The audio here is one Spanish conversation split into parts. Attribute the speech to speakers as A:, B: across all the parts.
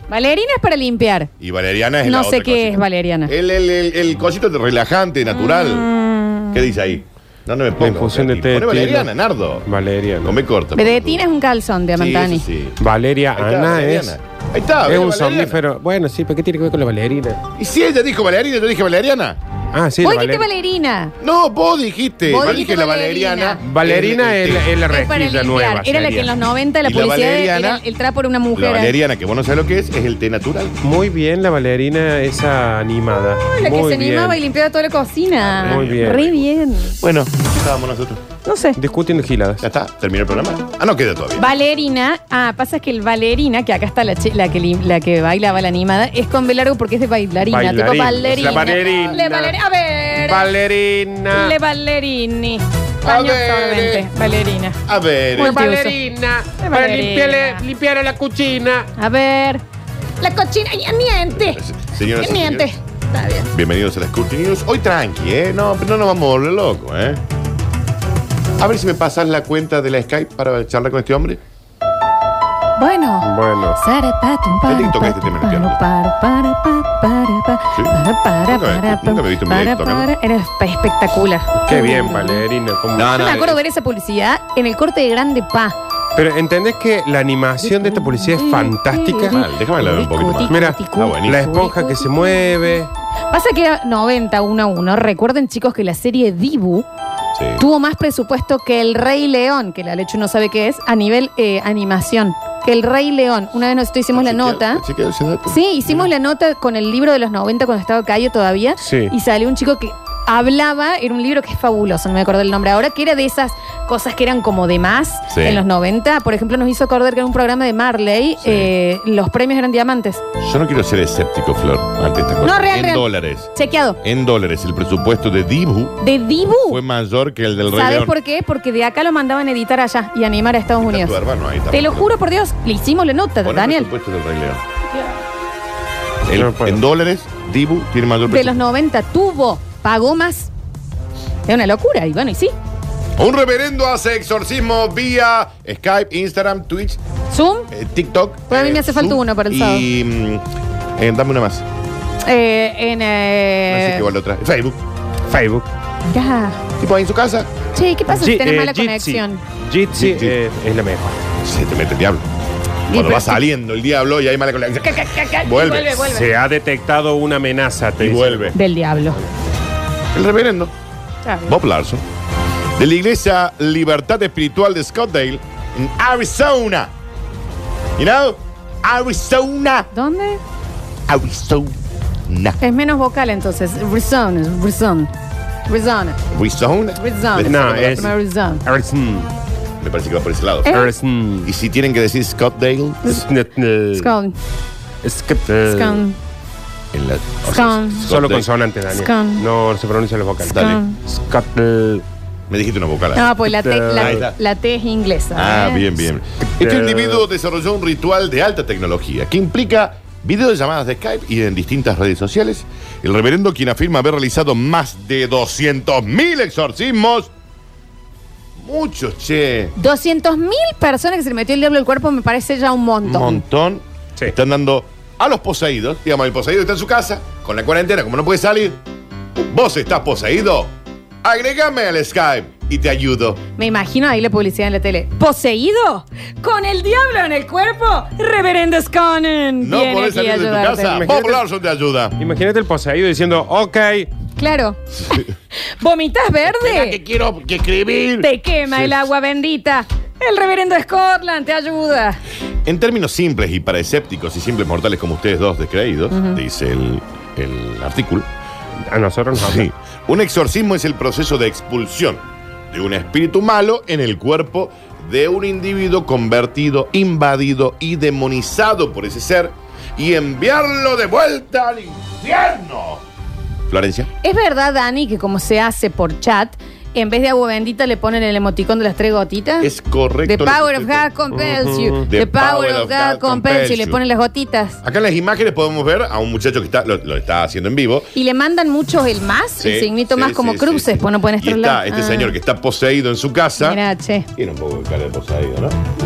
A: Valerina es para limpiar.
B: Y valeriana es la
A: No sé
B: otra
A: qué
B: cosita.
A: es valeriana.
B: El, el, el, el cosito de relajante, natural.
A: Mm,
B: ¿Qué dice ahí? No, no me pongo.
C: infusión de
B: Pone
C: té de tilo.
B: valeriana, Nardo.
C: Valeriana.
B: Come corto.
A: Vedetina es un calzón de
B: Sí,
A: Amantani.
B: sí, sí.
C: Valeria
B: Ahí está,
C: Ana
B: valeriana. Ah,
C: es.
B: Ahí está,
C: es
B: vale,
C: un
B: valeriana.
C: somnífero. Bueno, sí, pero ¿qué tiene que ver con la valerina?
B: Y si ella dijo valeriana, yo dije valeriana.
C: Ah, sí,
A: Vos
C: la
A: dijiste
C: valer-
A: valerina.
B: No, vos dijiste.
A: Vos
B: Yo
A: dijiste
B: dije la
A: valeriana.
B: valeriana.
C: Valerina es
B: El- el-
C: la, es la
A: Es para
C: rejilla
A: limpiar.
C: nueva.
A: Era la que
C: sería.
A: en los 90 la
B: Y la
A: publicidad era
B: valeriana-
A: el, el trapo era una
B: La
A: mujer. ¿eh?
B: valeriana, que vos no sabés lo que es, es el té natural.
C: Muy bien, la valerina esa animada.
A: La que
C: Muy
A: se animaba
C: bien.
A: y limpiaba toda la cocina.
C: Muy bien.
A: Re bien.
B: Bueno, estábamos nosotros.
A: No sé.
C: Discutiendo giladas.
B: Ya está, terminó el programa. Ah, no queda todavía.
A: Valerina, ah, pasa que el Valerina, que acá está la, che- la, que, li- la que bailaba la animada, es con B largo porque es de bailarina,
C: Bailarina,
A: tipo Valerina.
C: la Valerina.
A: Le Valeri- a ver.
C: Valerina.
A: Le Valerini.
B: A
A: Baño
B: ver,
A: absorbente,
B: eh.
A: Valerina.
B: A ver.
A: Bueno.
C: Le
B: eh,
C: Valerina.
A: Le
C: Para
A: Valerina.
C: limpiarle- limpiar la cuchina.
A: A ver. La cochina ya miente.
B: Señoras y
A: Miente.
B: señores.
A: Está bien.
B: Bienvenidos a las Curti News. Hoy tranqui, ¿eh? No, pero no nos vamos a volver locos, ¿eh? A ver si me pasas la cuenta de la Skype para charlar con este hombre.
A: Bueno.
C: Bueno.
B: Qué lindo que este tema en el piano. Sí. Nunca- nunca me he visto en directo, ¿no?
A: Era espe- espectacular.
C: Qué bien, Valerina. cómo-
B: No,
A: Yo me
B: no,
A: acuerdo
B: eh,
A: ver esa publicidad en el corte de Grande Pa.
C: Pero entendés que la animación de esta policía
A: Mm,
C: es fantástica.
B: Mal, déjame la ver un poquito más.
C: Mira,
B: Ah, buenísimo.
C: la esponja que se mueve.
A: Pasa que era 90, 1 a 1. Recuerden, chicos, que la serie Dibu
B: sí.
A: tuvo más presupuesto que El Rey León, que la leche no sabe qué es, a nivel eh, animación. Que El Rey León. Una vez nosotros hicimos la
B: Chequea-
A: nota.
B: chequea ese dato.
A: Sí, hicimos la nota con el libro de los 90 cuando estaba Cayo todavía.
C: Sí.
A: Y salió un chico que hablaba, era un libro que es fabuloso, no me acuerdo el nombre ahora, que era de esas cosas que eran como de más
B: Sí.
A: en los 90. Por ejemplo, nos hizo acordar que en un programa de Marley
B: Sí.
A: eh, los premios eran diamantes.
B: Yo no quiero ser escéptico, Flor, ante esta cosa.
A: No, real,
B: en
A: real.
B: dólares.
A: Chequeado.
B: En dólares, el presupuesto de Dibu
A: De Dibu.
B: fue mayor que el del Rey
A: ¿Sabes
B: León.
A: por qué? Porque de acá lo mandaban a editar allá y animar a Estados
B: Está
A: Unidos.
B: tu hermano ahí, está.
A: Te lo juro por Dios, le hicimos la nota,
B: Pon el
A: Daniel.
B: presupuesto del Rey León.
C: Ya.
B: El-
C: No puedo.
B: en dólares, Dibu tiene mayor
A: De los
B: presupuesto.
A: 90 tuvo, pagó más. Es una locura, y bueno, y sí.
B: Un reverendo hace exorcismo vía Skype, Instagram, Twitch,
A: Zoom,
B: eh, TikTok.
A: Pues a mí me hace falta
B: Zoom
A: uno para el
B: y,
A: sábado.
B: mm, eh, dame una más.
A: Eh, en. eh,
B: Así que igual otra. Facebook.
C: Facebook.
A: ya.
B: Tipo ahí en su casa.
A: Che, ¿qué pasa si
C: Ji-
A: tenés
C: eh,
A: mala
C: Jitsi.
A: conexión?
C: Jitsi
B: Jitsi.
C: eh, es la mejor.
B: Se te mete el diablo. Cuando
A: pero
B: va
A: sí.
B: saliendo el diablo y hay mala conexión.
A: Ca, ca, ca, ca, y
B: Vuelve.
A: vuelve, vuelve.
C: Se ha detectado una amenaza. Te
B: Y
C: dice.
B: vuelve.
A: Del diablo.
B: El reverendo.
A: Está bien.
B: Bob Larson, de la iglesia Libertad Espiritual de Scottsdale, en Arizona. You know? Arizona.
A: ¿Dónde?
B: Arizona.
A: Es menos vocal entonces. Rizona, Rizona, Rizona,
B: Arizona.
A: Arizona.
B: ¿Ves?
C: No, es-
A: Rizona.
C: Ersin,
B: Me parece que va por ese lado.
A: Eh.
C: Ersin,
B: Y si tienen que decir Scottsdale, es
C: Snetl,
A: Scone,
C: Skeptel.
A: scone,
B: en la. o sea,
A: Scone.
C: eh, Solo
B: Scottsdale.
C: consonantes, Daniel.
A: Scan.
C: No se pronuncian los vocales. eh,
B: Dale.
A: scone.
C: Scottel.
B: Me dijiste una vocal.
A: No, pues la T,
B: Ahí
A: la,
B: está.
A: la T es inglesa.
B: Ah,
A: ¿eh?
B: bien, bien. Este individuo desarrolló un ritual de alta tecnología que implica videollamadas de Skype y en distintas redes sociales. El reverendo, quien afirma haber realizado más de 200.000 exorcismos. Muchos, che.
A: 200.000 personas que se le metió el diablo al cuerpo me parece ya un
B: Un
A: montón.
B: montón.
C: Sí.
B: Están dando a los poseídos. Digamos, el poseído está en su casa, con la cuarentena, como no puede salir. Vos estás poseído. Agregame al Skype y te ayudo.
A: me imagino ahí la publicidad en la tele. ¿Poseído? ¿Con el diablo en el cuerpo? Reverendo Sconen.
B: No
A: viene
B: podés
A: aquí
B: salir
A: a
B: de tu
A: ayudarte.
B: casa. Bob
C: Imagínate-
B: Larson te ayuda.
C: Imagínate el poseído diciendo, ok,
A: Claro. ¿Vomitas verde?
B: quiero que escribir.
A: Te quema el agua bendita. El reverendo Scotland te ayuda.
B: En términos simples y para escépticos y simples mortales como ustedes dos descreídos, dice el, el artículo,
C: a nosotros no.
B: sí, un exorcismo es el proceso de expulsión de un espíritu malo en el cuerpo de un individuo convertido, invadido y demonizado por ese ser y enviarlo de vuelta al infierno. Florencia,
A: Es verdad, Dani, que como se hace por chat, en vez de agua bendita le ponen el emoticón de las tres gotitas.
B: es
A: The
B: correcto. lo que
A: Ah, power of
B: estoy-
A: God compels you.
B: The
A: The power of God compels you.
B: you.
A: Le ponen las gotitas.
B: Acá en las imágenes podemos ver a un muchacho que está, lo- lo está haciendo en vivo,
A: Y le mandan muchos el más, el signito
B: sí,
A: más
B: sí,
A: como
B: sí,
A: cruces,
B: sí.
A: pues no pueden
B: Y
A: estar Ah.
B: está este señor que está poseído en su casa.
A: Mira, che.
B: Tiene un poco de cara de poseído,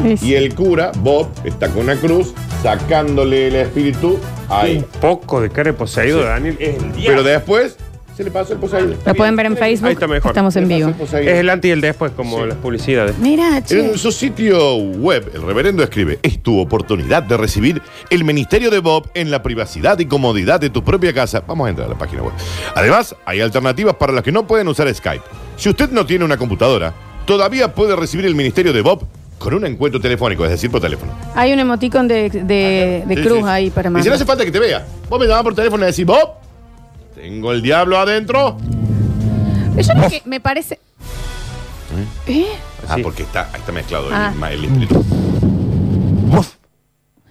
B: ¿no?
A: Es-
B: Y el cura, Bob, está con una cruz, sacándole el espíritu ahí.
C: Un poco de cara de poseído, Daniel. Es el
B: Pero
C: diablo.
B: después se le pasó el poseído.
A: Lo pueden ver en Facebook.
C: Ahí está mejor.
A: Estamos en
B: Le pasó
A: vivo.
B: el poseído.
C: Es el antes y el después, como las publicidades.
A: Mira, che.
B: En su sitio web, el reverendo escribe, es tu oportunidad de recibir el ministerio de Bob en la privacidad y comodidad de tu propia casa. Vamos a entrar a la página web. Además, hay alternativas para las que no pueden usar Skype. Si usted no tiene una computadora, todavía puede recibir el ministerio de Bob con un encuentro telefónico, es decir, por teléfono.
A: Hay un emoticón de, de, de
B: Ah, Sí,
A: cruz
B: sí, sí.
A: ahí para
B: Y si no hace
A: mandar.
B: falta que te vea, vos me llamás por teléfono y decís, Bob, tengo el diablo adentro.
A: Yo lo que me parece. ¿Eh?
B: Ah,
C: Sí.
B: porque está, ahí está mezclado el-
A: Ah.
B: el, espíritu.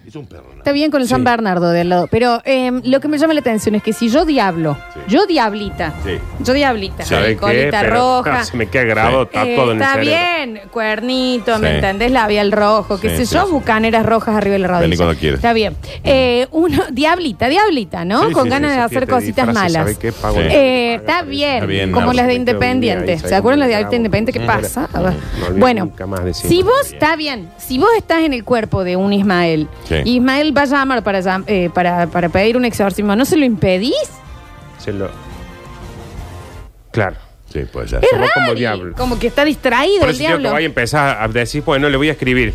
B: Es un perro, ¿no?
A: Está bien con el San Bernardo del lado. Pero eh, lo que me llama la atención es que si yo diablo,
B: Sí.
A: yo diablita,
B: Sí.
A: yo diablita,
B: ¿Sabe
A: colita
C: Pero, ah,
A: roja.
C: se me queda grabado,
A: eh,
C: tatuado en el
A: está
C: cerebro.
A: bien, cuernito, ¿me
B: Sí.
A: entendés? Labial rojo, qué
B: Sí,
A: sé
B: sí,
A: yo,
B: sí.
A: bucaneras rojas arriba de la rodilla.
B: Vení cuando quieras.
A: Está bien. Eh, uno, diablita, diablita, ¿no?
B: Sí,
A: con
B: sí,
A: ganas
B: sí,
A: de
B: sí,
A: hacer
C: Siete
A: cositas
C: disfraces,
A: malas.
C: ¿sabe qué? Pago
B: Sí.
C: la-
A: Eh,
C: pago
A: está
C: la-
A: bien,
B: Está bien,
A: como
B: no,
A: las de
C: sí, sí,
A: Independiente.
C: ahí
A: ¿Se acuerdan las de
C: grabo.
A: Arte Independiente? ¿Qué
C: Sí.
A: pasa?
C: No olvides
A: Bueno,
C: nunca más decir.
A: si vos está bien, si vos estás en el cuerpo de un Ismael,
B: Sí.
A: y Ismael va a llamar para, llam- eh, para, para pedir un exorcismo, ¿no se lo impedís?
C: Se lo... Claro.
B: Sí, puede ser.
A: Es
C: Somos como
A: raro.
C: diablo.
A: Como que está distraído
C: Por
A: el
C: eso digo que
A: diablo.
C: vaya a empezar a decir, pues no le voy a escribir.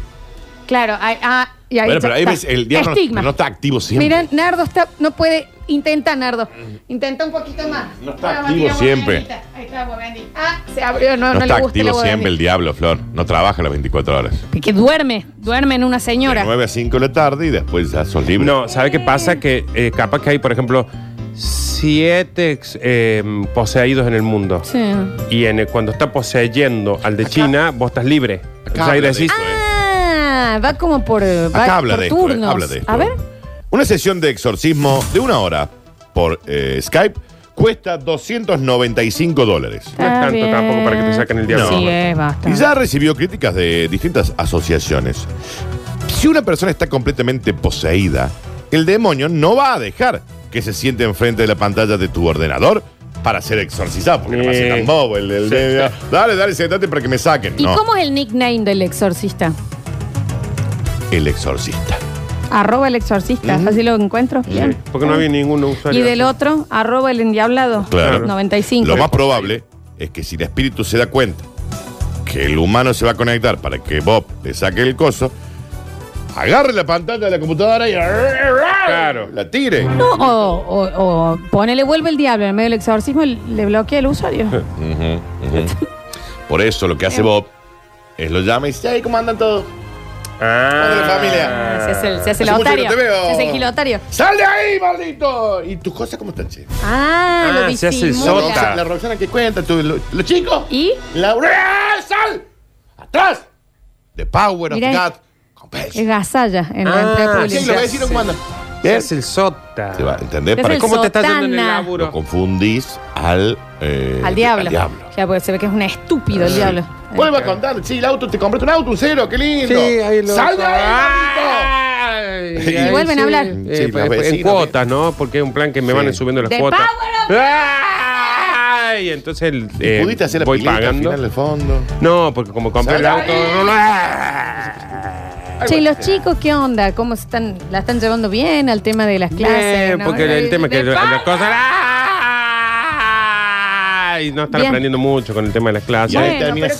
A: Claro, ahí- ah, y ahí
B: Bueno,
A: ya
B: pero ahí
A: está.
B: ves, el diablo
A: Estigma.
B: no, no está activo siempre.
A: Mira, Nardo está, no puede. Intenta, Nardo. Intenta un poquito más.
B: No está
A: Ahora va,
B: activo
A: mira,
B: siempre.
A: Bobendita. Ahí está, Bobendita. Ah, se abrió. No,
B: no,
A: no, le
B: está
A: gusta la
B: activo
A: Bobendita.
B: siempre el diablo, Flor. No trabaja las 24 horas.
A: Que duerme, duerme en una
B: De
A: señora.
B: 9 a 5 de la tarde y después ya sos libre.
C: No, ¿sabe qué pasa? Que eh, capaz que hay, por ejemplo, siete ex- eh, poseídos en el mundo.
A: Sí.
C: Y en el- cuando está poseyendo al de China, vos estás libre. O sea, ahí
B: habla de
C: decís,
B: eso, ¿eh?
A: Ah, va como por, va
B: Acá habla
A: Ah, por
B: de, esto, eh,
A: turnos.
B: habla de esto.
A: A ver,
B: Una sesión de exorcismo de una hora por eh, Skype cuesta 295 dólares.
C: no es
A: Está
C: tanto
A: bien.
C: tampoco para que te saquen el diablo.
A: sí, es basta.
B: Y ya recibió críticas de distintas asociaciones. Si una persona está completamente poseída, el demonio no va a dejar que se siente enfrente de la pantalla de tu ordenador para ser exorcizado. Porque no va a ser tan bobo el, el-
C: Sí,
B: el-
C: sí.
B: Dale, dale, sentate para que me saquen.
A: ¿Y
B: No,
A: cómo es el nickname del exorcista?
B: el exorcista.
A: Arroba el exorcista, así lo encuentro. Bien.
C: "Ah, Porque no había ningún usuario.
A: Y del otro, arroba el endiablado.
B: Claro.
A: 95.
B: Lo más probable es que si el espíritu se da cuenta que el humano se va a conectar para que Bob le saque el coso, agarre la pantalla de la computadora y
C: Claro.
B: la tire.
A: No, o, o- o ponele vuelve el diablo en el medio del exorcismo y le bloquea el usuario.
B: Ujú, ujú. Por eso lo que
A: Eh.
B: hace Bob es lo llama y dice, "Ey, ¿cómo andan todos?
C: Ah.
B: Hola, familia.
A: Se hace el, se hace
B: Hace
A: el
B: mucho que
A: otario.
B: no te veo.
A: Se hace el gilotario.
B: ¡Sal de ahí, maldito! ¿Y tus cosas cómo están, che?
A: Ah,
C: Ah,
A: lo
C: se hace el
B: La,
A: disimula.
C: sota.
B: Roxana- la Roxana que cuenta, tú, lo- los chicos.
A: ¿Y?
B: La sal. Atrás. The power of
A: Mirá,
B: God.
A: Es
B: Compels.
A: gasalla en la
C: Ah,
A: entrada
B: Sí,
A: pública.
B: lo ves y no comanda.
C: Se hace el sota.
B: Se va, ¿entendés?
A: Se hace
B: Para
A: el
B: cómo
C: ¿Cómo te está yendo en el
A: Sotana.
B: lo
C: laburo?
B: confundís al, eh,
A: Al diablo.
B: Al diablo.
A: Ya, porque se ve que es un estúpido el diablo.
B: Vuelve a contar, sí, el auto, te compraste un auto, un cero, qué lindo. ¡Sal de ahí,
C: Ay,
B: Y
C: ahí
A: vuelven a
C: sí.
A: hablar.
C: Eh,
B: Sí, los
C: en
B: vecinos,
C: cuotas, ¿no? Porque es un plan que me
B: Sí.
C: van subiendo las
A: The
C: cuotas.
A: power
C: ¡Ay! Entonces el, eh,
B: maldito! ¿Pudiste hacer la
C: voy
B: pileta al
C: pagando.
B: final del fondo?
C: No, porque como compré el
B: Sal
C: auto.
B: ahí.
C: no lo- ¡Ah!
A: Che, ¿y los chicos qué onda? ¿Cómo se están, la están llevando bien al tema de las clases?
C: Bien,
A: ¿no?
C: porque el tema es que
A: De
C: la- las
A: pavo.
C: cosas. ¡Ay! No están
A: Bien.
C: aprendiendo mucho con el tema de las clases.
B: Y ahí
A: Bueno,
B: termina
A: pero qué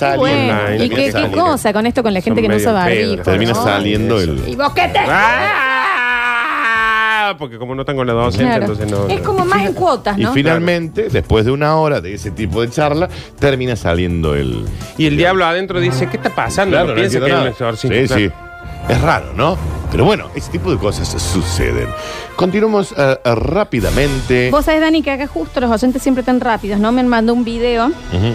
A: bueno.
B: saliendo.
C: Ahí
A: ¿Y qué,
C: termina
A: qué
C: saliendo.
A: cosa con esto, con la gente que
C: Son
A: no
C: medio
A: usa barbijo?
C: pedos.
B: Termina
A: ¿no?
B: saliendo el.
A: ¿Y vos qué te?
C: ¡Ah! Porque como no están con la docencia,
A: Claro.
C: entonces no.
A: Es como más en cuotas,
B: Y
A: ¿no?
B: finalmente, después de una hora de ese tipo de charla, termina saliendo el.
C: Y el diablo adentro dice, ¿qué está pasando?
B: Claro,
C: No
B: no
C: piensa
B: entiendo
C: que es un
B: nada.
C: exorcismo.
B: Sí, sí.
C: Claro.
B: Es raro, ¿no? Pero bueno, ese tipo de cosas suceden. Continuamos eh, eh, rápidamente.
A: Vos sabés, Dani, que acá justo los oyentes siempre tan rápidos, ¿no? Me mandó un video
B: Ujú.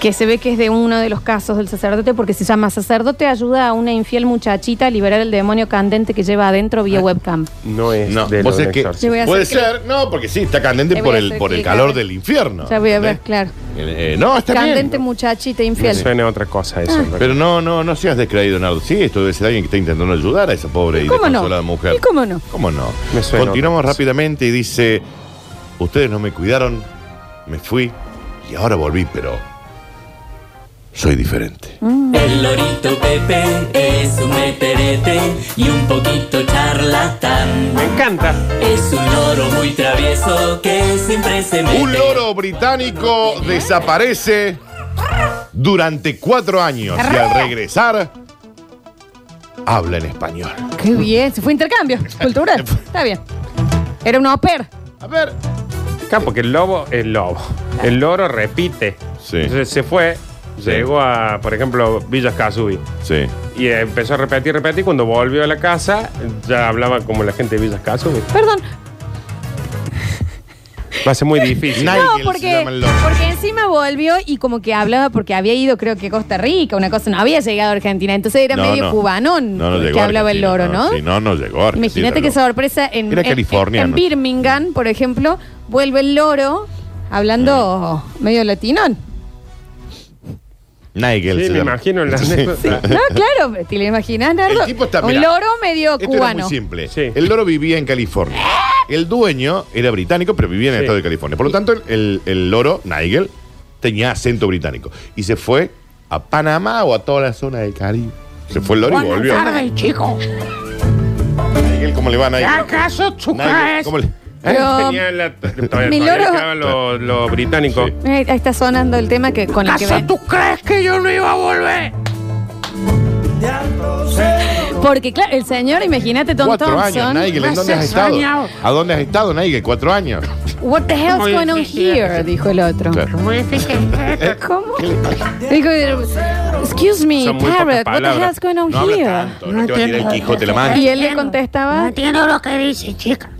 A: que se ve que es de uno de los casos del sacerdote porque se llama Sacerdote ayuda a una infiel muchachita a liberar el demonio candente que lleva adentro
B: Ah.
A: vía webcam.
C: No es
B: No,
C: de lo
B: vos sabés
C: del
B: que
A: Le
C: exorcismo.
A: voy a
B: puede
A: hacer
B: ser, no, porque sí, está
A: Le
B: candente
A: voy
B: por
A: a
B: el,
A: hacer
B: por el
A: clic,
B: calor
A: a ver.
B: del infierno.
A: Ya voy a ver,
B: ¿entendés?
A: claro.
B: Eh, eh, no, está
A: Candente
B: bien.
A: muchachita
C: Me
A: infiel.
C: suena a otra cosa
A: Ah.
C: eso. en realidad.
B: Pero no, no, no seas descreído, Nardo. Sí, esto debe ser alguien que está intentando ayudar a esa pobre y
A: ¿Cómo no?
B: desconsolada mujer.
A: ¿Y cómo no?
B: ¿Cómo no?
C: Me suena
B: Continuamos
C: otra cosa.
B: rápidamente y dice, ustedes no me cuidaron, me fui y ahora volví, pero soy diferente.
D: El lorito Pepe es un meterete y un poquito charlatán.
C: Me encanta.
D: Es un loro muy travieso que siempre se mete.
B: Un loro británico desaparece durante cuatro años y al regresar habla en español.
A: Qué bien, se fue intercambio cultural. Está bien. Era un au pair.
B: A ver.
C: Claro, porque el lobo es lobo. El loro repite.
B: Sí.
C: Entonces se fue,
B: Sí.
C: llegó a, por ejemplo, Villas Casubi.
B: Sí.
C: Y eh, empezó a repetir, repetir. Cuando volvió a la casa, ya hablaba como la gente de Villas Casubi.
A: Perdón.
C: Va a ser muy difícil.
B: Nike
A: No,
B: se
A: porque,
B: llama el loro.
A: porque encima volvió y como que hablaba porque había ido, creo que a Costa Rica, una cosa, no había llegado a Argentina. Entonces era
B: No,
A: medio
B: no.
A: cubanón
B: No, no
A: que
B: llegó a
A: hablaba el
B: Argentina,
A: loro, ¿no?
B: Sí, no, no llegó. a Argentina,
A: Imagínate qué
B: loco.
A: sorpresa en,
B: Era
A: en-
B: California,
A: en
B: ¿no?
A: Birmingham, por ejemplo, vuelve el loro hablando
B: Mm.
A: medio latinón.
B: Nigel.
C: Sí,
B: se
C: me
B: llama.
C: imagino la
B: Sí.
C: anécdota.
A: No, claro, ¿te lo imaginas, Nardo?
B: El tipo está,
A: Un
B: mirá,
A: loro medio
B: esto era
A: cubano.
B: muy simple.
C: Sí.
B: El loro vivía en California. El dueño era británico, pero vivía en el
C: Sí.
B: estado de California. Por lo tanto, el, el- el loro, Nigel, tenía acento británico. Y se fue a Panamá o a toda la zona del Caribe. Se fue el loro y volvió.
A: chico.
B: Nigel, ¿cómo le va a Nigel?
C: ¿Acaso tú
B: Nigel, ¿cómo le- ¿Eh?
A: Pero-
C: Tenía la, todavía,
A: Mi
C: todavía
A: loro-
C: quedaba lo, lo británico.
B: Sí.
A: Ahí ahí está sonando el tema que con el que ven.
C: crees que yo no iba a volver?
A: Porque, claro, el señor, imagínate, Tom
B: Cuatro
A: Thompson.
B: años, Nigel, ¿en dónde has estado? ¿A dónde has estado, Nigel? Cuatro años.
A: What the hell's
C: Muy
A: going on
C: difícil.
A: here? Dijo el otro.
B: Claro.
A: ¿Cómo? Dijo, excuse me,
C: Son muy pocas
A: parrot, what the
C: palabras.
A: hell's going on
B: No habla
A: here?
B: tanto, no, te va a tirar el Quijote la mano.
A: Y él le contestaba
E: entiendo lo que dice, chica.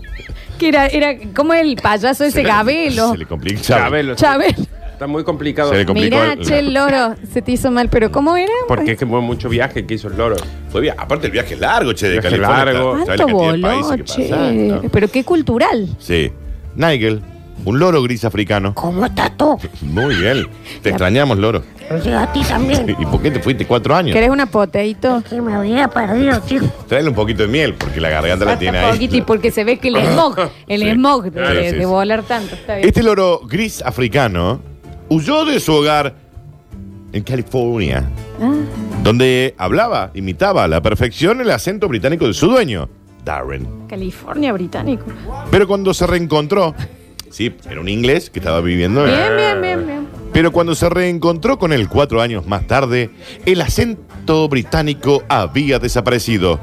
A: que era, era como el payaso ese Gabelo.
B: Se le complica.
C: Chabelo.
A: Chabelo.
C: Está muy complicado.
B: Se le complicó.
A: Mirá,
B: el-
A: che, el loro, se te hizo mal, pero ¿cómo era?
C: Porque es que fue mucho viaje que hizo el loro.
B: Fue bien. Aparte, el viaje es largo, che, de
C: Viaje
B: California.
C: largo.
B: hasta-
A: ¿Cuánto
B: ¿sabes la cantidad de
A: voló,
B: países que
A: che?
B: pasaste?
A: Pero qué cultural.
B: Sí. Nigel, un loro gris africano.
E: ¿Cómo estás tú?
B: Muy bien. Te extrañamos, loro.
E: Yo a ti también.
B: ¿Y por qué te fuiste cuatro años?
A: ¿Querés una potato?
E: Que me había perdido, chico.
B: Traele un poquito de miel, porque la garganta la tiene
A: Un poquito, y
B: ahí.
A: porque se ve que el smog, el
B: Sí.
A: smog de,
B: Claro, sí,
A: de
B: sí.
A: volar tanto, está bien.
B: Este loro gris africano huyó de su hogar en California,
A: Ah.
B: donde hablaba, imitaba a la perfección el acento británico de su dueño, Darren.
A: California británico.
B: Pero cuando se reencontró, sí, era un inglés que estaba viviendo en,
A: Bien, bien, bien, bien.
B: Pero cuando se reencontró con él cuatro años más tarde, el acento británico había desaparecido.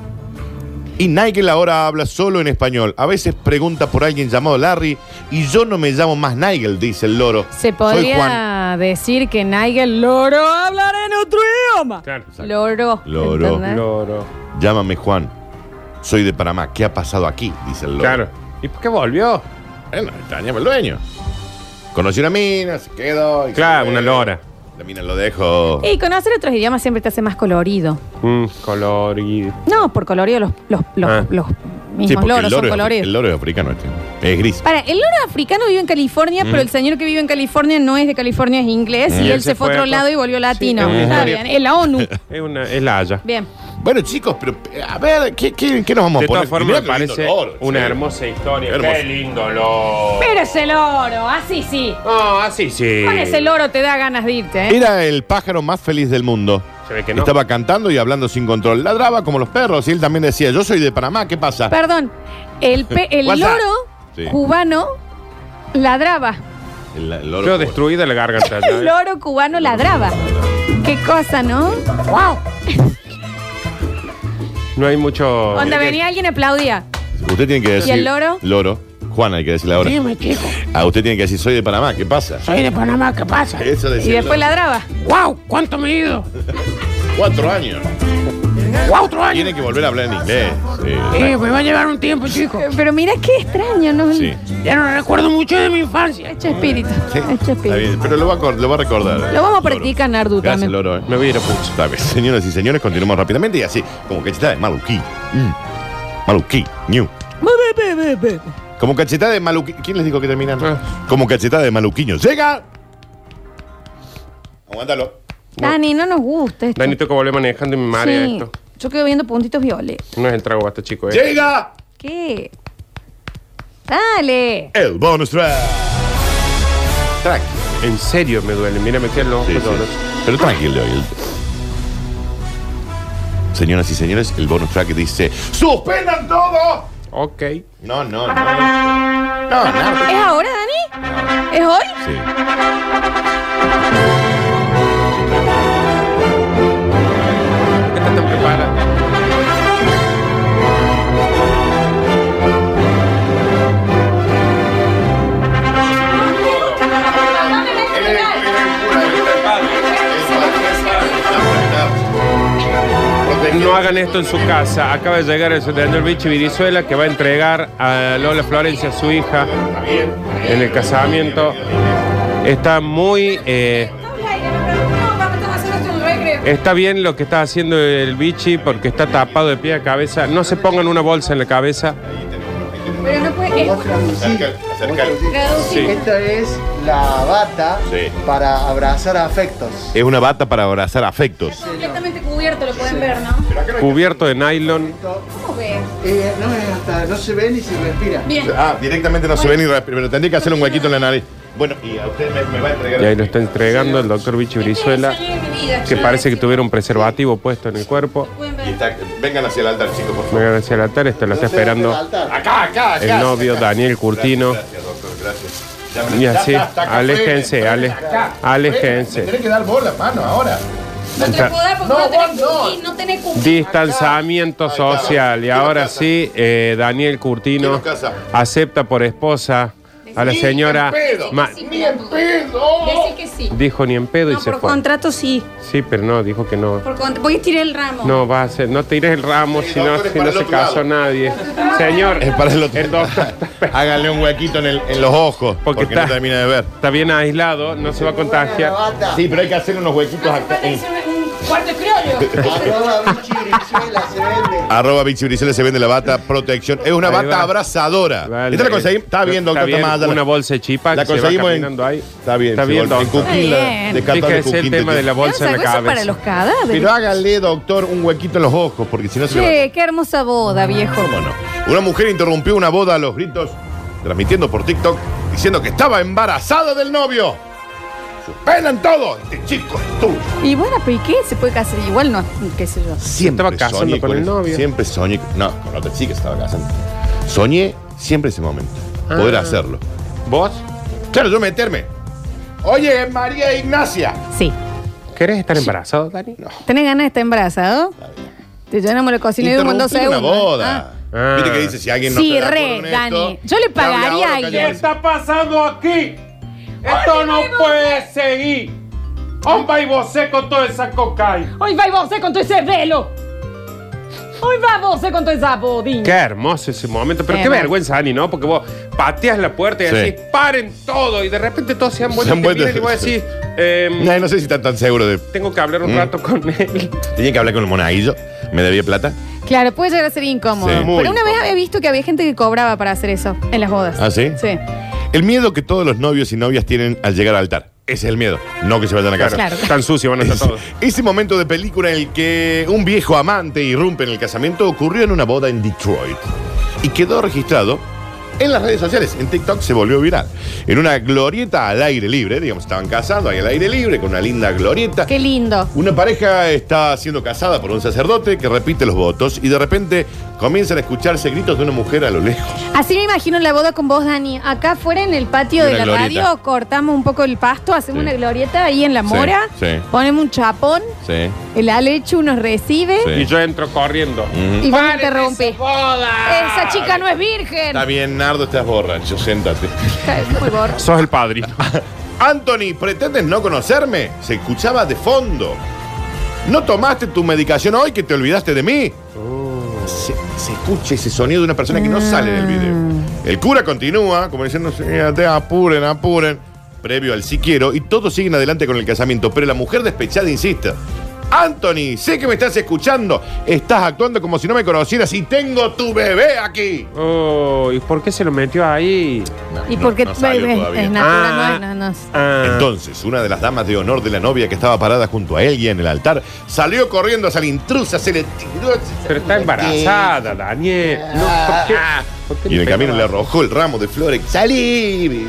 B: Y Nigel ahora habla solo en español. A veces pregunta por alguien llamado Larry y yo no me llamo más Nigel, dice el loro.
A: Se
B: Soy Juan.
A: podría decir que Nigel Loro hablará en otro idioma.
C: Claro.
A: Loro. ¿eh?
B: Loro.
A: ¿entendés?
C: Loro.
B: Llámame Juan. Soy de Panamá. ¿Qué ha pasado aquí? Dice el loro.
C: Claro. ¿Y por qué volvió?
B: Bueno, extrañaba el dueño. Conoció una mina, se quedó. y
C: Claro,
B: se fue.
C: una lora.
B: La mina lo dejó.
A: Y conocer otros idiomas siempre te hace más colorido.
C: Mm, color y.
A: No, por colorido los, los, los,
C: Ah.
A: los mismos
B: Sí, porque
A: loros
B: el, loro
A: son
B: es,
A: coloridos.
B: el loro es africano este. Es gris.
A: Para, el loro africano vive en California,
B: Mm.
A: pero el señor que vive en California no es de California, es inglés.
C: Y
A: Y
C: él
A: él se fue a otro
C: co-
A: lado y volvió latino.
C: Sí, es una
A: Está
B: historia.
A: bien, es la ONU.
C: Es, una, es la haya.
A: Bien.
B: Bueno, chicos, pero eh, a ver, ¿qué, qué- qué nos vamos
C: De
B: a poner?
C: todas formas,
B: Mirá
C: me
B: qué lindo
C: parece
B: loro,
C: una
B: che.
C: hermosa historia.
B: Hermoso.
C: Qué lindo loro.
A: Pero es el oro, así sí.
C: No, así sí.
A: Con ese loro te da ganas de irte, ¿eh?
B: Era el pájaro más feliz del mundo.
C: Se ve que no.
B: Estaba cantando y hablando sin control. Ladraba como los perros y él también decía, yo soy de Panamá, ¿qué pasa?
A: Perdón, el, pe- el
B: What's that?
A: loro
B: Sí.
A: cubano ladraba.
B: El, el loro-
C: Yo destruida la garganta.
A: El loro cubano ladraba. Qué cosa, ¿no?
B: Oh,
A: ¡Wow!
C: No hay mucho.
A: Cuando venía alguien aplaudía.
B: Usted tiene que decir...
A: el loro?
B: Loro. Juan, hay que decirle ahora.
E: Dime, chico.
B: A usted tiene que decir, soy de Panamá, ¿qué pasa?
E: Soy de Panamá, ¿qué pasa?
B: Eso
A: Y
B: decía el
A: después
B: loro.
A: ladraba.
E: ¡Wow! ¿Cuánto me he ido?
B: Cuatro años.
E: ¡Cuatro años!
B: Tiene que volver a hablar en inglés. Sí.
E: Eh, me va a llevar un tiempo, chico.
A: Eh, Pero mira qué extraño, ¿no?
B: Sí.
E: Ya no recuerdo mucho de mi infancia. ¿eh?
A: Echa espíritu.
B: Sí,
A: Echa espíritu.
B: está bien, pero lo va a, cor- lo va a recordar.
A: Lo vamos a
B: Loro.
A: practicar, Nardu,
B: Gracias,
A: también.
B: Loro. eh.
C: Me voy a ir a Pucho.
B: Está bien, señoras y señores, continuamos rápidamente y así, como cachetada de maluquí. Mm. Maluquí, ñu. Como cachetada de maluquí. ¿Quién les dijo que terminan? Como cachetada de maluquiño. ¡Llega! Aguántalo.
A: Dani, no nos gusta esto.
C: Dani, tengo que volver manejando y me marea
A: Sí.
C: esto.
A: Yo quedo viendo puntitos violetas.
C: No es el trago basta, chico. ¿eh?
B: ¡Llega!
A: ¿Qué? Dale.
B: El bonus track. Tranqui.
C: En serio me duele. Mira, me quedan los ojos
B: Sí, sí.
C: llorosos.
B: Pero tranquilo. el- Señoras y señores, el bonus track dice: ¡Suspendan todo!
C: Ok.
B: No, no, no. No, no.
A: ¿Es ahora, Dani? ¿Es hoy?
B: Sí.
C: ¿Por qué estás tan preparada? No hagan esto en su casa. Acaba de llegar el Daniel Bichi Virizuela que va a entregar a Lola Florencia, su hija, en el casamiento. Está muy. eh, Está bien lo que está haciendo el bichi porque está tapado de pie a cabeza. No se pongan una bolsa en la cabeza.
A: Pero no puede. es- traducir.
F: Esta es la bata
B: Sí.
F: para abrazar afectos.
B: Es una bata para abrazar afectos.
A: Completamente cubierto, lo pueden ver, ¿no?
C: Cubierto de nylon.
A: ¿Cómo ves?
F: Eh, no es hasta, no se ve ni se respira.
A: Bien.
B: Ah, directamente no se ve ni respira, pero tendría que hacer un huequito en la nariz. Bueno, y a usted me, me va a entregar.
C: Y ahí lo está entregando el doctor bichi Brizuela, que parece que tuviera un preservativo puesto en el cuerpo.
B: Y está- vengan hacia el altar, chicos, por
C: Me
B: favor.
C: agradece el altar, esto lo está esperando
B: Acá, acá, acá.
C: el novio Daniel Curtino.
B: Gracias, doctor, gracias. Ya me-
C: Y
B: ya
C: así,
B: está, está acá,
C: aléjense,
B: frene,
C: ale-
B: frene, acá.
C: aléjense.
B: Frene, Me tenés que dar bola, mano, ahora.
A: No te
C: Está-
A: podás porque
B: No,
A: no, tenés
B: vos no.
A: cookie, no tenés cookie.
C: Distanciamiento
B: Acá. Ahí está.
C: social. Y
B: Quiero
C: ahora
B: casa.
C: sí, eh, Daniel Curtino
B: Quiero casa.
C: acepta por esposa a la
B: Ni
C: señora.
B: en pedo.
C: Ma-
B: Ni en pedo.
A: Decí que sí.
C: Dijo ni en pedo y
A: No,
C: se
A: por
C: fue.
A: contrato sí.
C: Sí, pero no, dijo que no.
A: Por contra- Voy a tirar el ramo.
C: No, va a ser, no tires el ramo
B: Sí,
C: si no,
B: doctor, es
C: si no
B: para el
C: se
B: otro lado.
C: casó nadie. Señor,
B: Es para el otro.
C: doctor está-
B: Háganle un huequito en, el- en los ojos.
C: Porque
B: Porque,
C: está-
B: no termina de ver.
C: está bien aislado, no se va a contagiar.
B: Sí, pero hay que hacer unos huequitos acá. en-
A: un cuarto de criollo.
F: Arroba bichi Brizuela, se vende.
B: Arroba Vichy Brizuela, se vende la bata protección. Es una
C: Ahí
B: bata
C: va.
B: abrazadora.
C: Vale.
B: ¿Esta la conseguimos? Está bien, doctor
C: Está bien,
B: Tamada.
C: una bolsa de chipa
B: La
C: que se va
B: conseguimos en-
C: caminando ahí.
B: Está bien,
C: Está
B: se
C: bien,
B: va- en
C: doctor.
B: cuquín,
A: Está
B: la-
A: bien.
B: de cartón de
C: Fíjese el
B: cuquín
C: tema
B: te-
C: de la
A: Yo
C: bolsa en
A: saco
C: la
A: eso para
C: cabeza.
A: los cadáveres.
B: Pero háganle, doctor, un huequito en los ojos, porque si no se le va a-
A: Che, qué hermosa boda, viejo.
B: Bueno, una mujer interrumpió una boda a los gritos, transmitiendo por TikTok, diciendo que estaba embarazada del novio. Pelan todo. Este chico es tuyo.
A: Y bueno, pero ¿y qué? Se puede casar igual, no, qué sé yo.
B: Siempre
C: Estaba casando
B: soñé
C: con el
B: eso.
C: novio.
B: Siempre soñé. No, con la otra chica estaba casando. Soñé siempre ese momento. Poder
C: Ah.
B: hacerlo.
C: ¿Vos
B: Claro, yo meterme. Oye, María Ignacia.
A: Sí.
C: querés estar embarazado, Dani?
A: ¿Tenés ganas de estar embarazado? Te llenamos la cocina y vivimos en dos
B: Interrumpir una
A: segundos.
B: boda.
A: Ah.
C: Ah.
B: Viste que dice si alguien no
A: Sí,
B: está de
A: re,
B: acuerdo con esto,
A: Dani. Yo le
B: te habla
A: pagaría
B: ahora,
A: a alguien.
B: cállate.
C: pasando aquí? Esto no puede seguir. Hombre, y vos con toda esa cocaína.
A: Ah. Hoy va vos eh, con todo ese velo. Hoy va vos eh, con todo esa bodín.
C: Qué hermoso ese momento, pero
A: Sí,
C: qué
A: hermoso.
C: vergüenza, Dani, ¿no? Porque vos pateas la puerta y
B: Sí.
C: decís, paren todo, y de repente todos se han vuelto y
B: Se han
C: te
B: vuelto.
C: miran y vos decís, ehm,
B: No, no sé si está tan seguro de.
C: tengo que hablar un
B: Mm.
C: rato con él.
B: Tenía que hablar con el monaguillo. Me debía plata.
A: Claro, puede llegar a ser incómodo.
B: Sí,
A: pero
B: muy
A: una vez
B: incómodo.
A: había visto que había gente que cobraba para hacer eso en las bodas.
B: ¿Ah, sí?
A: Sí.
B: El miedo que todos los novios y novias tienen al llegar al altar. Ese es el miedo. No que se vayan a casa.
A: Claro.
C: Tan sucio van a estar
B: Ese,
C: todos.
B: ese momento de película en el que un viejo amante irrumpe en el casamiento ocurrió en una boda en Detroit y quedó registrado en las redes sociales. En TikTok se volvió viral. En una glorieta al aire libre, digamos, estaban casados ahí al aire libre con una linda glorieta.
A: Qué lindo.
B: Una pareja está siendo casada por un sacerdote que repite los votos y de repente comienzan a escucharse gritos de una mujer a lo lejos.
A: Así me imagino la boda con vos, Dani. Acá fuera en el patio
B: Y
A: de la
B: una glorieta.
A: radio, cortamos un poco el pasto, hacemos
B: Sí.
A: una glorieta ahí en la mora,
B: sí.
A: ponemos un chapón,
B: Sí.
A: el Alechu nos recibe
B: Sí.
C: Y yo entro corriendo.
B: Mm.
A: y vos
C: ¡Paren
A: interrumpís.
C: esa boda!
A: Esa chica no es virgen.
B: Está bien, Nardo, estás borracho, séntate.
A: Está muy gordo.
C: Sos el padrino.
B: Anthony, ¿pretendes no conocerme? Se escuchaba de fondo. ¿No tomaste tu medicación hoy que te olvidaste de mí?
A: Oh.
B: Se, se escucha ese sonido de una persona que no sale del video.
A: Ah.
B: El cura continúa, como diciendo, "Sí, te apuren, apuren, previo al si quiero, y todos siguen adelante con el casamiento, pero la mujer despechada insiste. Anthony, sé que me estás escuchando. Estás actuando como si no me conocieras y tengo tu bebé aquí.
C: Oh, ¿y por qué se lo metió ahí?
A: Y
B: No,
A: porque
B: no salió
A: es,
B: todavía.
A: es natural,
C: Ah.
A: no, no, no.
C: Ah.
B: Entonces, una de las damas de honor de la novia que estaba parada junto a él y en el altar salió corriendo hacia la intrusa, se le tiró. se-
C: Pero está embarazada, Daniel. No, ¿por qué?
B: Ah.
C: ¿Por qué
B: Y en el
C: le
B: camino le
C: pegaba?
B: arrojó el ramo de flores. ¡Salí! eh,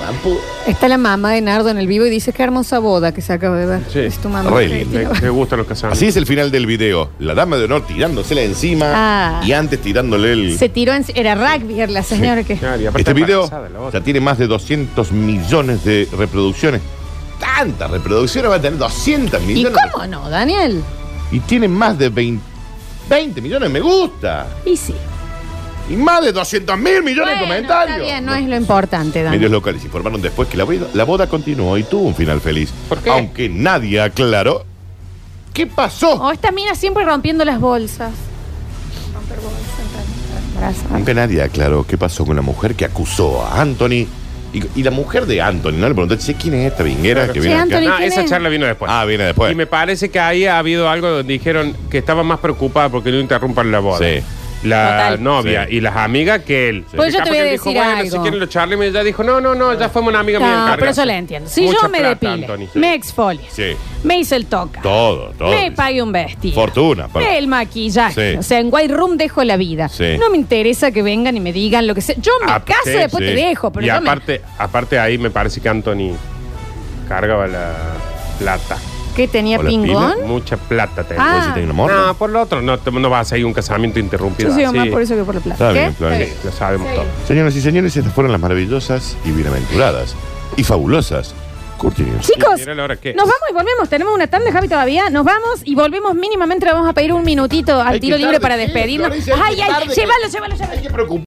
B: vampu-
A: Está la mamá de Nardo en el vivo y dice qué hermosa boda que se acaba de ver.
C: Sí.
A: Es tu mamá.
B: Re lindo.
C: Me, me gustan los casamientos.
B: Así es el final del video. La dama de honor tirándosela encima
A: Ah.
B: y antes tirándole el.
A: Se tiró en... Era rugby la señora que...
C: Claro, y aparte
B: Este video
C: embarazada la otra.
B: ya tiene más de 200 millones de reproducciones. Tantas reproducciones va a tener 200
A: ¿Y
B: millones.
A: cómo no, Daniel?
B: Y tiene más de 20, 20 millones de me gusta.
A: Y sí.
B: Y más de 200 mil millones
A: Bueno,
B: de comentarios.
A: Está bien, no es lo importante, Dani.
B: Medios locales informaron después que la boda, la boda continuó y tuvo un final feliz.
C: ¿Por qué?
B: Aunque nadie aclaró qué pasó.
A: O Oh, esta mina siempre rompiendo las bolsas.
B: Aunque nadie aclaró qué pasó con la mujer que acusó a Anthony. Y, y la mujer de Anthony, ¿no? Le preguntó, che, ¿quién es esta vinguera que
A: Sí,
B: viene acá?
A: Anthony.
C: No,
A: ¿quién
C: esa
A: es?
C: charla vino después.
B: Ah, viene después.
C: Y me parece que ahí ha habido algo donde dijeron que estaba más preocupada porque no interrumpan la boda.
B: Sí.
C: La
A: Total.
C: novia
B: Sí.
C: y las amigas que él.
A: Pues yo te
C: Capaz
A: voy a
C: que él dijo,
A: decir
C: bueno,
A: algo.
C: Si quieren lo charlemos, y ella dijo, no, no, no, ya fuimos una amiga mía.
A: No,
C: encargada.
A: Ah, pero yo la entiendo. Si
C: Mucha
A: yo me
C: plata,
A: depilé,
C: Anthony.
A: me exfolié,
B: Sí.
A: me hice el toca,
B: Todo, Pues, todo.
A: me pagué un vestido,
B: Fortuna, para-
A: el maquillaje,
B: Sí.
A: o sea, en White Room dejo la vida.
B: Sí.
A: No me interesa que vengan y me digan lo que sea. Yo me
C: Ah,
A: caso
C: sí,
A: y después
B: sí.
A: te dejo, pero
C: y
A: yo me-
C: aparte, aparte ahí me parece que Anthony cargaba la plata.
A: ¿Qué tenía
B: ¿O la
A: pingón?
C: Mucha plata tenía.
A: Ah.
B: ¿Vos tenés un amor?
C: No, por lo otro, no, te- no vas a ir a un casamiento interrumpido.
A: Yo soy más
C: así.
A: por eso que por la plata.
B: Está bien,
A: ¿Qué?
B: está bien.
A: Está bien.
C: Lo sabemos
A: Sí.
C: todos.
B: Señoras y señores, estas fueron las maravillosas y bienaventuradas y fabulosas Curti News.
A: Chicos,
C: Mira la hora que es.
A: nos vamos y volvemos. Tenemos una tanda, Javi, todavía. Nos vamos y volvemos mínimamente. Le vamos a pedir un minutito al
B: Hay que
A: tiro libre
B: tarde,
A: para
B: sí,
A: despedirnos.
B: Florencia, hay
A: Ay,
B: que
A: ay,
B: tarde,
A: llévalo, llévalo, llévalo.
B: Hay que preocuparse.